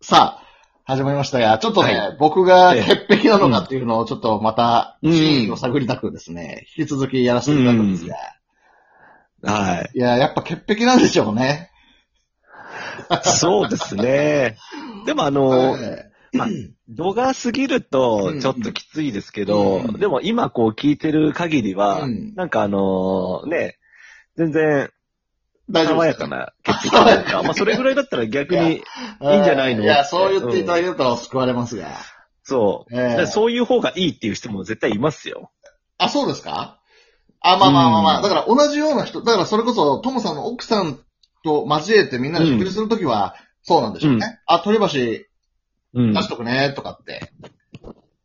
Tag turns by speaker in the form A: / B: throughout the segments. A: さあ、始まりましたが、ちょっとね、
B: は
A: 僕が
B: ええ
A: 潔癖なのかっていうのをちょっとまた、
B: うん
A: 真意を探りたくですね、引き続きやらせていただくんですが、
B: はい。
A: いや、やっぱ潔癖なんでしょうね。
B: そうで すね。でもあの、
A: はい
B: まあ、度が過ぎるとちょっときついですけど、
A: うん
B: でも今こう聞いてる限りは、
A: うん
B: なんかあのね、全然
A: 大丈夫
B: 爽
A: で
B: や
A: すか
B: かな決定というか、まあそれぐらいだったら逆に、いいんじゃないの
A: いや、そう言っていただけると救われますが。
B: そう、
A: ええ
B: だからそういう方がいいっていう人も絶対いますよ。
A: あ、そうですかあ、まあまあまあまあ、
B: うん
A: だから同じような人、だからそれこそ、トモさんの奥さんと交えてみんなで食事するときは、そうなんでしょうね。あ、取り橋
B: うん
A: 出。しとくね、とかって。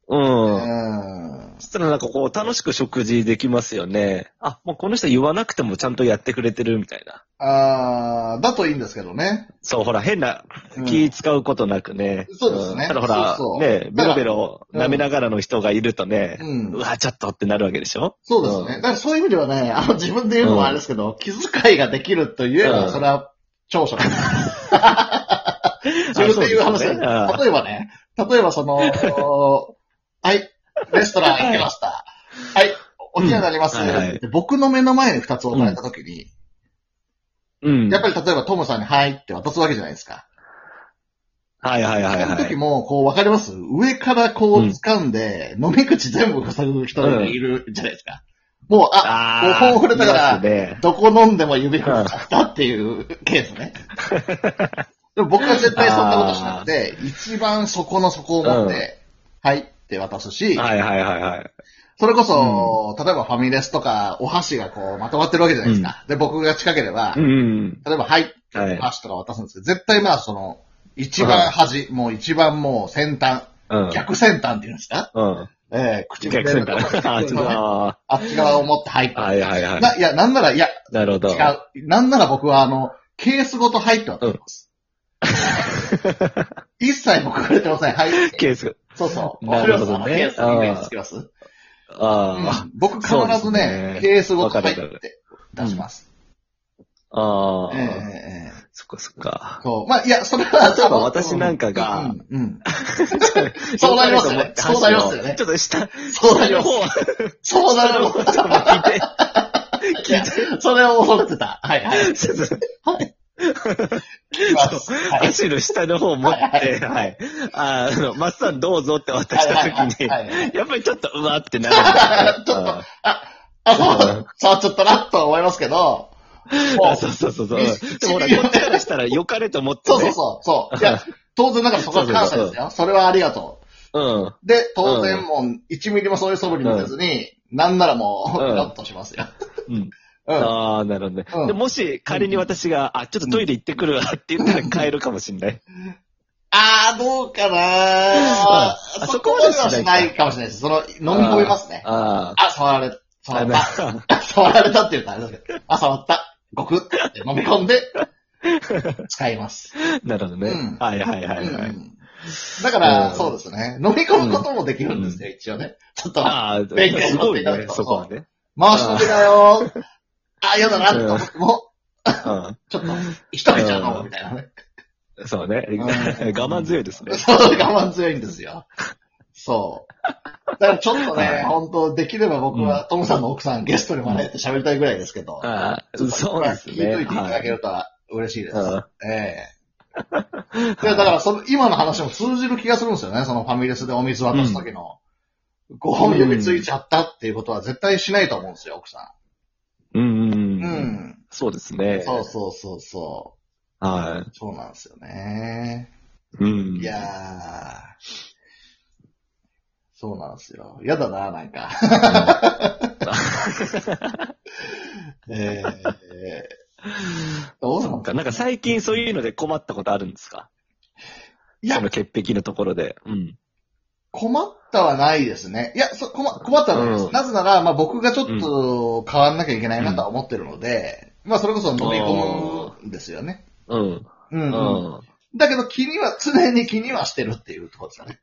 A: う
B: うん。
A: ん。
B: そしたらなんかこう楽しく食事できますよね。あ、もうこの人言わなくてもちゃんとやってくれてるみたいな。
A: あーだといいんですけどね。
B: そう、ほら、変な
A: うん
B: 気使うことなくね。
A: うんそうですね
B: んただほら、
A: そうそう
B: ね、ベロベロ
A: だから
B: 舐めながらの人がいるとね、
A: うん
B: う。わ、ちょっとってなるわけでしょ
A: そうですね。だからそういう意味ではね、あの自分で言うのもあれですけど、気遣いができると言え
B: う
A: ば、
B: ん
A: それは長所です。
B: あ
A: それっていう話
B: そ
A: で。
B: うですすねあ
A: 例えばね、例えばその、 はい、レストラン行きました。はい、お気になります、
B: うんはいはい
A: で僕の目の前に二つ置かれた時に、
B: うん。
A: やっぱり例えばトムさんにはいって渡すわけじゃないですか。
B: はいはいはい
A: そ
B: は
A: の時
B: い。
A: も、こう、わかります上からこう
B: うん
A: 掴んで、飲み口全部塞ぐ人がいるじゃないですか。もう、あ、
B: あ
A: 五本触れたから
B: いますね、
A: どこ飲んでも指がかったっていうケースね。でも僕は絶対そんなことしなくて、一番底の底を持って、はいって渡すし、
B: はいはいはいはい。
A: それこそ、例えばファミレスとかお箸がこうまとまってるわけじゃないですか。で、僕が近ければ、
B: うん。
A: 例えばはい、
B: はい。
A: 箸とか渡すんですけど、絶対まあその、一番端、もう一番もう先端、
B: うん。
A: 逆先端っていうんですか、
B: うん。
A: えー、口
B: 逆
A: の
B: 線
A: と
B: だ
A: こ
B: な。あ、ちょっと、
A: ろ
B: あ
A: あっち側を持って入って
B: ーはいはいはい。
A: な、いや、なんなら、いや、
B: なるほど。
A: 違う。なんなら僕は、あの、ケースごと入って渡し ます。一切僕触れてません。はい。
B: ケース。
A: そうそう。
B: なるほどね
A: わかりますあのケースのイメージつきます、うん
B: あ
A: 僕必ず
B: そう
A: ね
B: ですね
A: ケースごと入っ
B: わかるわか
A: て出します。
B: あ。あ
A: えええ
B: あ。
A: えええ
B: そっかそっか。
A: そう。まあ、いや、それは、
B: 例えば
A: あの
B: 私なんかが、
A: うんうん。 そうなりますよねそうなりますよね
B: ちょっと下、
A: そうなります
B: 下の
A: そ
B: 方は
A: うな
B: あ
A: る
B: の、
A: ほど。
B: ちょっともう聞いて。
A: いやそれを恐れてた。はい はい。聞
B: ちょっと
A: きます。はい。
B: 足の下の方を持って、はい。あの、マッサンどうぞって渡したときに、
A: はいはいはいはい
B: やっぱりちょっとうわっ てなる。
A: ちょっ
B: あ
A: あ、そう、触っちゃったなと思いますけど、も
B: あ
A: う
B: そうそうそうそう。
A: 意
B: で
A: 識
B: もほら、こっちからしたら良かれと思って、
A: そうそう
B: ね。
A: そう。そういや、当然だからそこは感謝ですよ。それはありがと
B: うん。
A: う。で、当然もう1ミリもそういう素振りもせずに、なんならもう、
B: うん
A: カットしますよ。
B: うん。
A: うん。
B: ああ、なるほどね
A: うん。
B: で、もし仮に私が、あ、ちょっとトイレ行ってくるわって言ったら帰るかもしんない。
A: あー、どうか
B: あ
A: な
B: あ
A: そこまではしないかもしれないです。その、飲み込みますね。
B: あ
A: あ、触られ、
B: あ。
A: 触った。触られたって言うとあれだけど、あ、触った。ごくって飲み込んで、使います。
B: なるほど
A: うん
B: ね。はいはいはいは
A: う
B: い。
A: んだから、
B: うん
A: そうですね。飲み込むこともできるんですよ、一応ね。ちょっと、
B: ああ、
A: 勉強
B: すごい
A: になっ
B: ね
A: て、た
B: そこはね。
A: 回し飲みだよー。 あ、嫌だなって思って、も
B: うん。
A: う、ちょっと、一人じゃ飲むみたいなね。
B: そうね。
A: ん
B: 我慢強いですね。
A: そう、我慢強いんですよ。そう。だからちょっと
B: は
A: ね
B: い、
A: 本当できれば僕は、トムさんの奥さんゲストに招いて喋りたいぐらいですけど。
B: ああ、そう
A: まあ
B: です
A: 聞い
B: ね。
A: といていただけ
B: は
A: ると嬉しいです
B: うん。
A: ええ。いや、だから、その、今の話も通じる気がするんですよね。そのファミレスでお水渡す時の。5本指ついちゃったっていうことは絶対しないと思うんですよ、奥さ
B: いうんうん
A: ん。
B: う。
A: うんん。
B: そうですね。
A: そうそうそうそ
B: は
A: う。そうなんですよね。
B: い。うん。
A: いやー。そうなんですよ。嫌だな、なんか。えー、どうな
B: そ
A: の
B: うか。なんか最近そういうので困ったことあるんですか
A: いや
B: その潔癖のところで。うん。
A: 困ったはないですね。いや、そ困困ったはないです。
B: うん
A: なぜなら、まあ僕がちょっと変わんなきゃいけないなとは思ってるので、まあそれこそ飲み込むんですよね。
B: うん。
A: うん
B: う
A: うん、
B: ん。
A: だけど気には、常に気にはしてるっていうところですよね。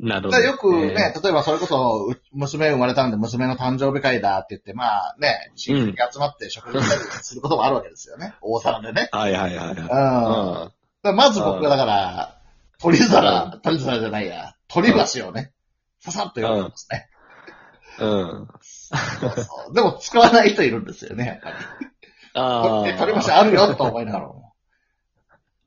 B: なる
A: だか
B: ほど。
A: らよくね、例えばそれこそ、う娘生まれたんで娘の誕生日会だって言って、まあね、親戚が集まって食事したりすることもあるわけですよね。大皿でね。
B: えー。はいはいはいは
A: う
B: い。
A: ん。だからまず僕がだから、鳥皿、鳥皿じゃないや、鳥箸をね、ささっと読んでますね。
B: うん。
A: そうそうでも使わない人いるんですよね、やっぱり。
B: あ
A: これ
B: あ。
A: 鳥箸あるよと思いながらも。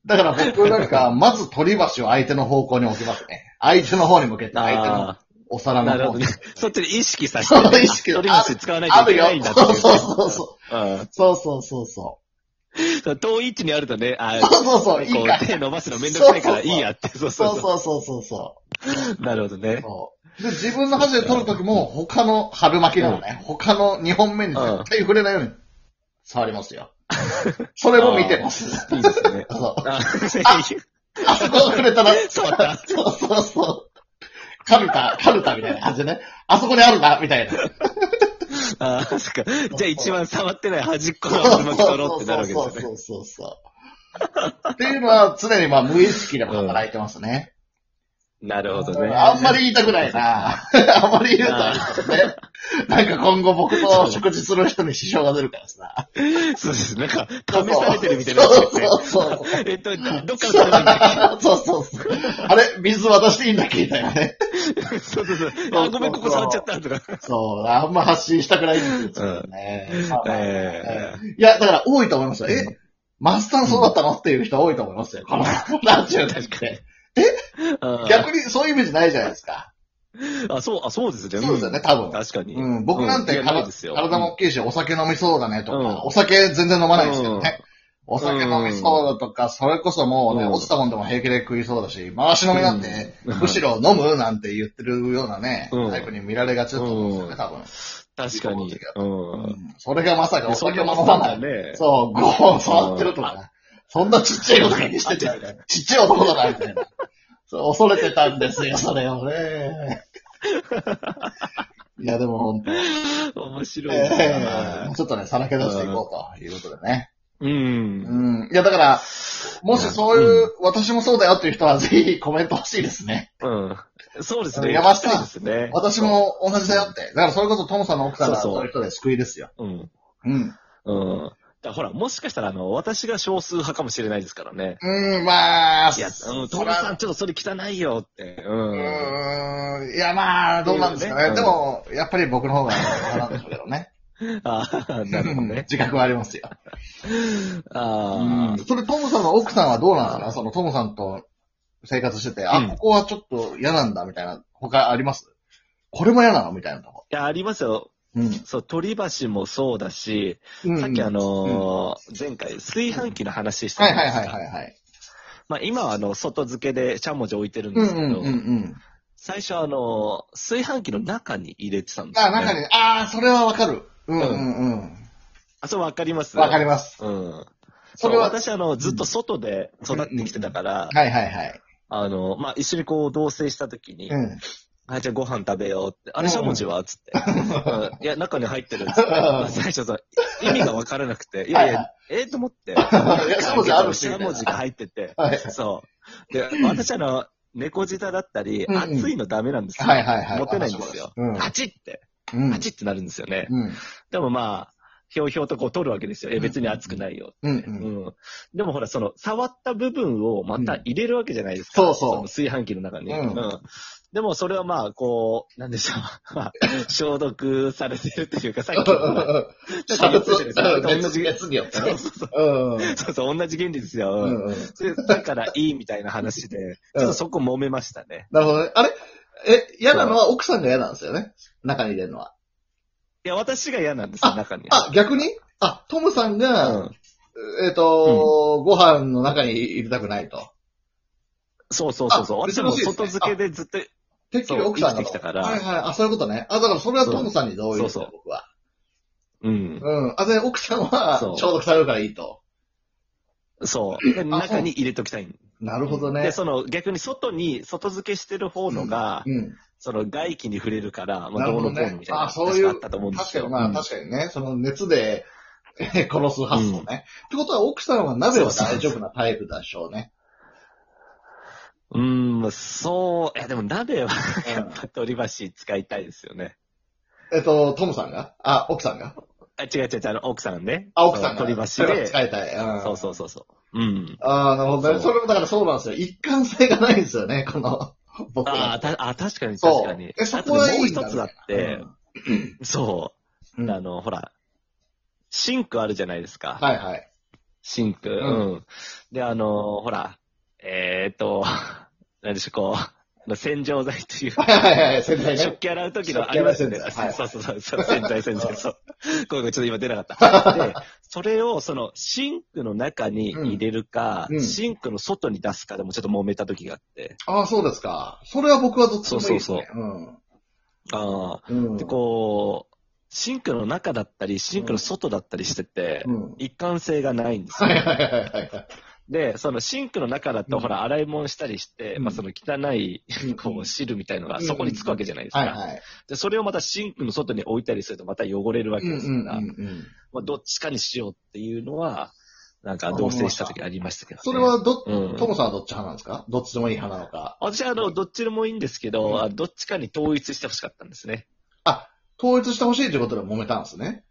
A: だから僕なん か、まず鳥箸を相手の方向に置きますね。相手の方に向けて、相手の
B: あ
A: お皿
B: あ。
A: の
B: なる
A: 方
B: ほど
A: に
B: ね。 そっちに意識させ
A: その
B: て、
A: 意識
B: 鳥箸使わないと
A: ある
B: いけないん
A: よ。
B: だってい
A: そううそうそう
B: ね。
A: そう。
B: う
A: そうそうそうそ
B: ん。遠い位置にあるとね、あ
A: う。そうそうそう。いい
B: こ
A: か
B: う手伸ばすのめんどくさいからいいやって。そう
A: そ
B: そううそ。
A: そうそうそうそう
B: なるほど
A: う
B: ね。
A: そう。で、自分の箸で取るときも、他の春巻きなのね。他の2本目に絶対触れないように触ります よ。それも見てます。
B: いいですね。
A: そう
B: あ、
A: あそこ触れたら、
B: そうだ。
A: そうそうそう。カルタ、カルタみたいな感じね。あそこにあるな、みたいな。
B: あーそっか。じゃあ一番触ってない端っこの巻き取ろうってなるわけですよね。
A: そうそうそうそう。っていうのは常にまあ無意識でも働いてますね。
B: なるほどね。
A: あんまり言いたくない な。あんまり言うとあれですね。なんか今後僕と食事する人に支障が出るからさ。
B: そうです。なんか、試されてるみたいになっちゃ
A: そう
B: って。
A: そうそう。
B: えっと、どっから取ればいいんだ
A: そうそうそう。あれ水渡していいんだっけみたいなね。
B: っけそうそうそう。 あ、ごめん、ここ触っちゃったとか。
A: そう、あんま発信したくないんですよね。まあまあ
B: ええ
A: いや、だから多いと思いますよ。え、マスターそうだったのっていう人多いと思いますよ。このラジオで。
B: 確かにあー
A: 逆にそういうイメージないじゃないですか。
B: あ、そう、あ、そうですね。
A: そうですよね多分
B: 確かに。
A: うん、僕なん
B: う
A: て
B: いや
A: から、
B: ないですよ
A: 体も大きいし、お酒飲みそうだねとか、
B: うん
A: お酒全然飲まないですけどね。お酒飲みそうだとか、それこそもうね、
B: うん
A: 落ちたもんでも平気で食いそうだし、回し飲みなんて、
B: うん
A: むしろ飲むなんて言ってるようなね、
B: うん
A: タイプに見られがちだと思うんですよね、多分。
B: 確かに。
A: う
B: うん
A: それがまさかお
B: ん。そ
A: 酒
B: ん
A: を
B: な
A: 飲
B: もん
A: まない。
B: ね。
A: そう、5本触ってるとかね。そんなちっちゃいこと気にしてて、ちっちゃい男だな、みたいな。そう、恐れてたんですよ、それを ね。いや、でも本当、
B: 面白い
A: え
B: な
A: え。 ちょっとね、さらけ出していこうということでね。
B: う。
A: うんん。いや、だから、もしそういう、私もそうだよっていう人は、ぜひコメント欲しいですね。
B: うん。そうですね。
A: 山下
B: そうですね。
A: 私も同じだよって。だから、それこそトムさんの奥さんが
B: そうそう
A: そういう人で救いですよ。
B: うん。
A: うん。
B: うん。だからほら、もしかしたら、あの、私が少数派かもしれないですからね。
A: うん、まあ、
B: いや、うん、
A: そ
B: ト
A: ら
B: ムさん、ちょっとそれ汚いよって。うん。
A: うーんいや、まあ、どうなんですかね。
B: うん
A: でも、やっぱり僕の方が、なんでしょうけどね。
B: ああ、 なるほどね。
A: 自覚はありますよ。
B: ああ。
A: それ、トムさんの奥さんはどうなんですかそのトムさんと生活してて、
B: う
A: あ、
B: ん
A: ここはちょっと嫌なんだ、みたいな、他ありますこれも嫌なのみたいなとこ。
B: いや、ありますよ。
A: うん。
B: そう、鳥橋もそうだし、さっきあのー前回、炊飯器の話した
A: はい
B: じゃな
A: はいい
B: ですか。
A: はいはいはい。
B: まあ、今はあの、外付けでしゃもじ置いてるん
A: う
B: で
A: ん
B: す
A: う
B: け
A: ん
B: ど、
A: うんうん。
B: 最初はあのー炊飯器の中に入れてたんです
A: あ、
B: よ、ね。
A: 中に、ああ、それはわかる。うんうんうん。
B: あ、そう、わかります
A: わかり
B: ま
A: ます。
B: す。うん。
A: そ
B: そ
A: れ
B: れ
A: は
B: 私あの、ずっと外で育ってきてたから、
A: はいはいはい。
B: あの、まあ、一緒にこう、同棲した時に、
A: うん。
B: はい、じゃあご飯食べようって、あれしゃもじはつって、うんいや、中に入ってるっつって、最初さ、意味がわからなくて、いやい
A: は
B: や、えーと思って、
A: いやしゃもじあるし
B: しゃもじが入ってて、
A: はい
B: そう。で、私あの、猫舌だったり、
A: うんうん
B: 熱いのダメなんですよ。
A: はいはいはい。
B: 持てないんですよ。
A: うん
B: パチって、
A: うん
B: パチってなるんですよね。
A: うん。
B: でもまあ、ひょうひょうとこう取るわけですよ。え、別に熱くないよ。
A: うんう。
B: うんん。でもほら、その、触った部分をまた入れるわけじゃないですか。
A: うんそうそう
B: の炊飯器の中に。
A: う
B: うんん。でもそれはまあ、こう、なんでしょう。 まあ、消毒されてるというか、さっきのなんか言ってたけどさ同じ。
A: 別によって
B: そうそうそ
A: う
B: う
A: ん。
B: そうそう、同じ原理ですよ。
A: う
B: うん
A: んうん
B: でだからいいみたいな話で、ちょっとそこ揉めましたね。
A: なるほどね。あれえ、嫌なのは奥さんが嫌なんですよね。中に入れるのは。
B: いや、私が嫌なんですよ、中に。
A: あ、逆にあ、トムさんが、
B: うん。
A: えっ、と、ご飯の中に入れたくないと。
B: そうそうそうそう。
A: あ
B: 私も
A: 珍しいですね
B: 外付けでずっと、
A: てっきり奥さんがと。
B: そう生きてきたから
A: はいはい。あ、そういうことね。あ、だからそれはトムさんに同意ですよ
B: そうそう
A: 僕は。
B: うん。
A: うん。あ、で、奥さんは
B: そう
A: 消毒されるからいいと。
B: そう。で
A: あ
B: 中に入れときたい。
A: なるほどね
B: で、。その逆に外に、外付けしてる方のが、
A: うん。
B: その外気に触れるから、ま
A: な
B: あ、
A: る
B: ど
A: ほ
B: う
A: ど
B: の
A: ね
B: こうのみたいな。
A: あそういう
B: 確かあったと思うんで
A: 確
B: す
A: か
B: よ。
A: に、まあ確かにね、その熱で、 え殺す発想ね。っ
B: うん
A: てことは奥さんは鍋は大丈夫なタイプでしょう ね。
B: うん、まあそう、いやでも鍋は
A: う
B: やっ
A: ん
B: ぱ鳥箸使いたいですよね。
A: えっと、トムさんがあ、奥さんが
B: あ、違う違う違う、あの奥さんね。
A: あ、奥さんが。
B: そう鳥箸で。
A: 使いたい。うん
B: そうそうそうそう。うん。
A: ああ、なるほどね。
B: そ
A: そうれもだからそうなんですよ。一貫性がないんですよね、この、僕
B: ああ
A: ら。
B: たあ、確かに
A: そう
B: 確かに。
A: えそこはいいんだ
B: あとねもう一つあって、そうう、
A: ん、
B: あ
A: はい
B: の、ほら、シンクあるじゃないですか。
A: はい。
B: シンク。うんん。で、あの、ほら、えー、っと、 何でしょう、こうあの、洗浄剤というか
A: はいはいはい、洗剤
B: 食
A: ね。
B: 器洗う時
A: 食
B: のあ
A: 器
B: り
A: 洗
B: ま
A: い
B: すよ
A: 洗
B: ね
A: 剤。はい
B: そうそうそうそう、洗剤洗 剤、そう。ごめんごめんちょっと今出なかった。で、それをそのシンクの中に入れるか、
A: うんうん
B: シンクの外に出すかでもちょっと揉めた時があって。
A: ああ、そうですか。それは僕はどっちでもいいですね。
B: そうああ。
A: う。うん。うん。
B: で、こう、シンクの中だったり、シンクの外だったりしてて、
A: うん。
B: 一貫性がないんです
A: はい
B: よ。
A: はいはいはいはい。
B: で、そのシンクの中だ
A: う
B: と、
A: ん
B: ほら、洗い物したりして、
A: うん
B: まあその汚い、こ
A: うん
B: う、汁みたいの
A: う
B: が
A: ん
B: そこにつくわけじゃないですか。
A: はいはい。
B: で、それをまたシンクの外に置いたりすると、また汚れるわけ
A: うんう
B: ですから、
A: んうんうん。
B: まあ、どっちかにしようっていうのは、なんか同棲した時ありましたけど、ね。
A: それはど、
B: うん
A: トモさんはどっち派なんですかどっちでもいい派なのか。
B: 私はあの、どっちでもいいんですけ
A: うん
B: ど、あどっちかに統一してほしかったんですね。
A: 統一してほしいということで揉めたんですね。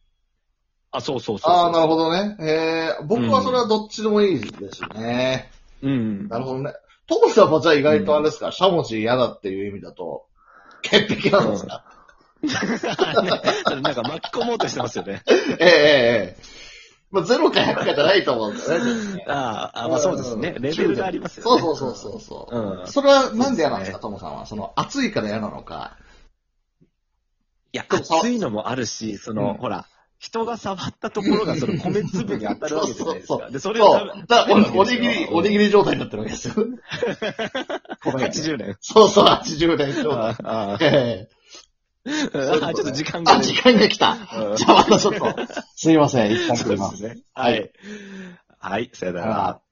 B: あ、そうそうそうそう。
A: ああ、なるほどね。えー、僕はそれはどっちでもいいですね。
B: うん。
A: なるほどね。トモさんもじゃあ意外とあれですか、しゃもじ嫌だっていう意味だと、潔癖なんですか、
B: ねそれなんか巻き込もうとしてます よね。
A: ええええええまあ、ゼロか100かじゃないと思うんだよね絶対ね。
B: ああ、あまあそうですね。レベルがありますよ
A: そう
B: ね。
A: そうそうそうそう。
B: うん
A: それはなんで嫌なんですか、
B: そうですね
A: トモさんは。その、暑いから嫌なのか。
B: いや、
A: でもさ
B: 熱いのもあるし、その、
A: うん
B: ほら、人が触ったところがその米粒に当たるわけじゃないです
A: そうそう
B: か。で、そ
A: そ
B: れを
A: う
B: 食べ。
A: だからおおに
B: 食
A: ぎ
B: べるわけで
A: り
B: す、よ
A: おにぎり状態になってるわけですよ。ごめん
B: 80年。
A: そうそう、80年状態
B: あ。あ、あ
A: ええういうこと
B: あ
A: ね
B: ちょっと時間が
A: あ、
B: ね。
A: 時間が来た。
B: うん
A: じゃあまたちょっと、すいません、一旦
B: そ
A: 切
B: う
A: り
B: で
A: ます
B: す。ね。はい。はい、さよなら
A: さよなら。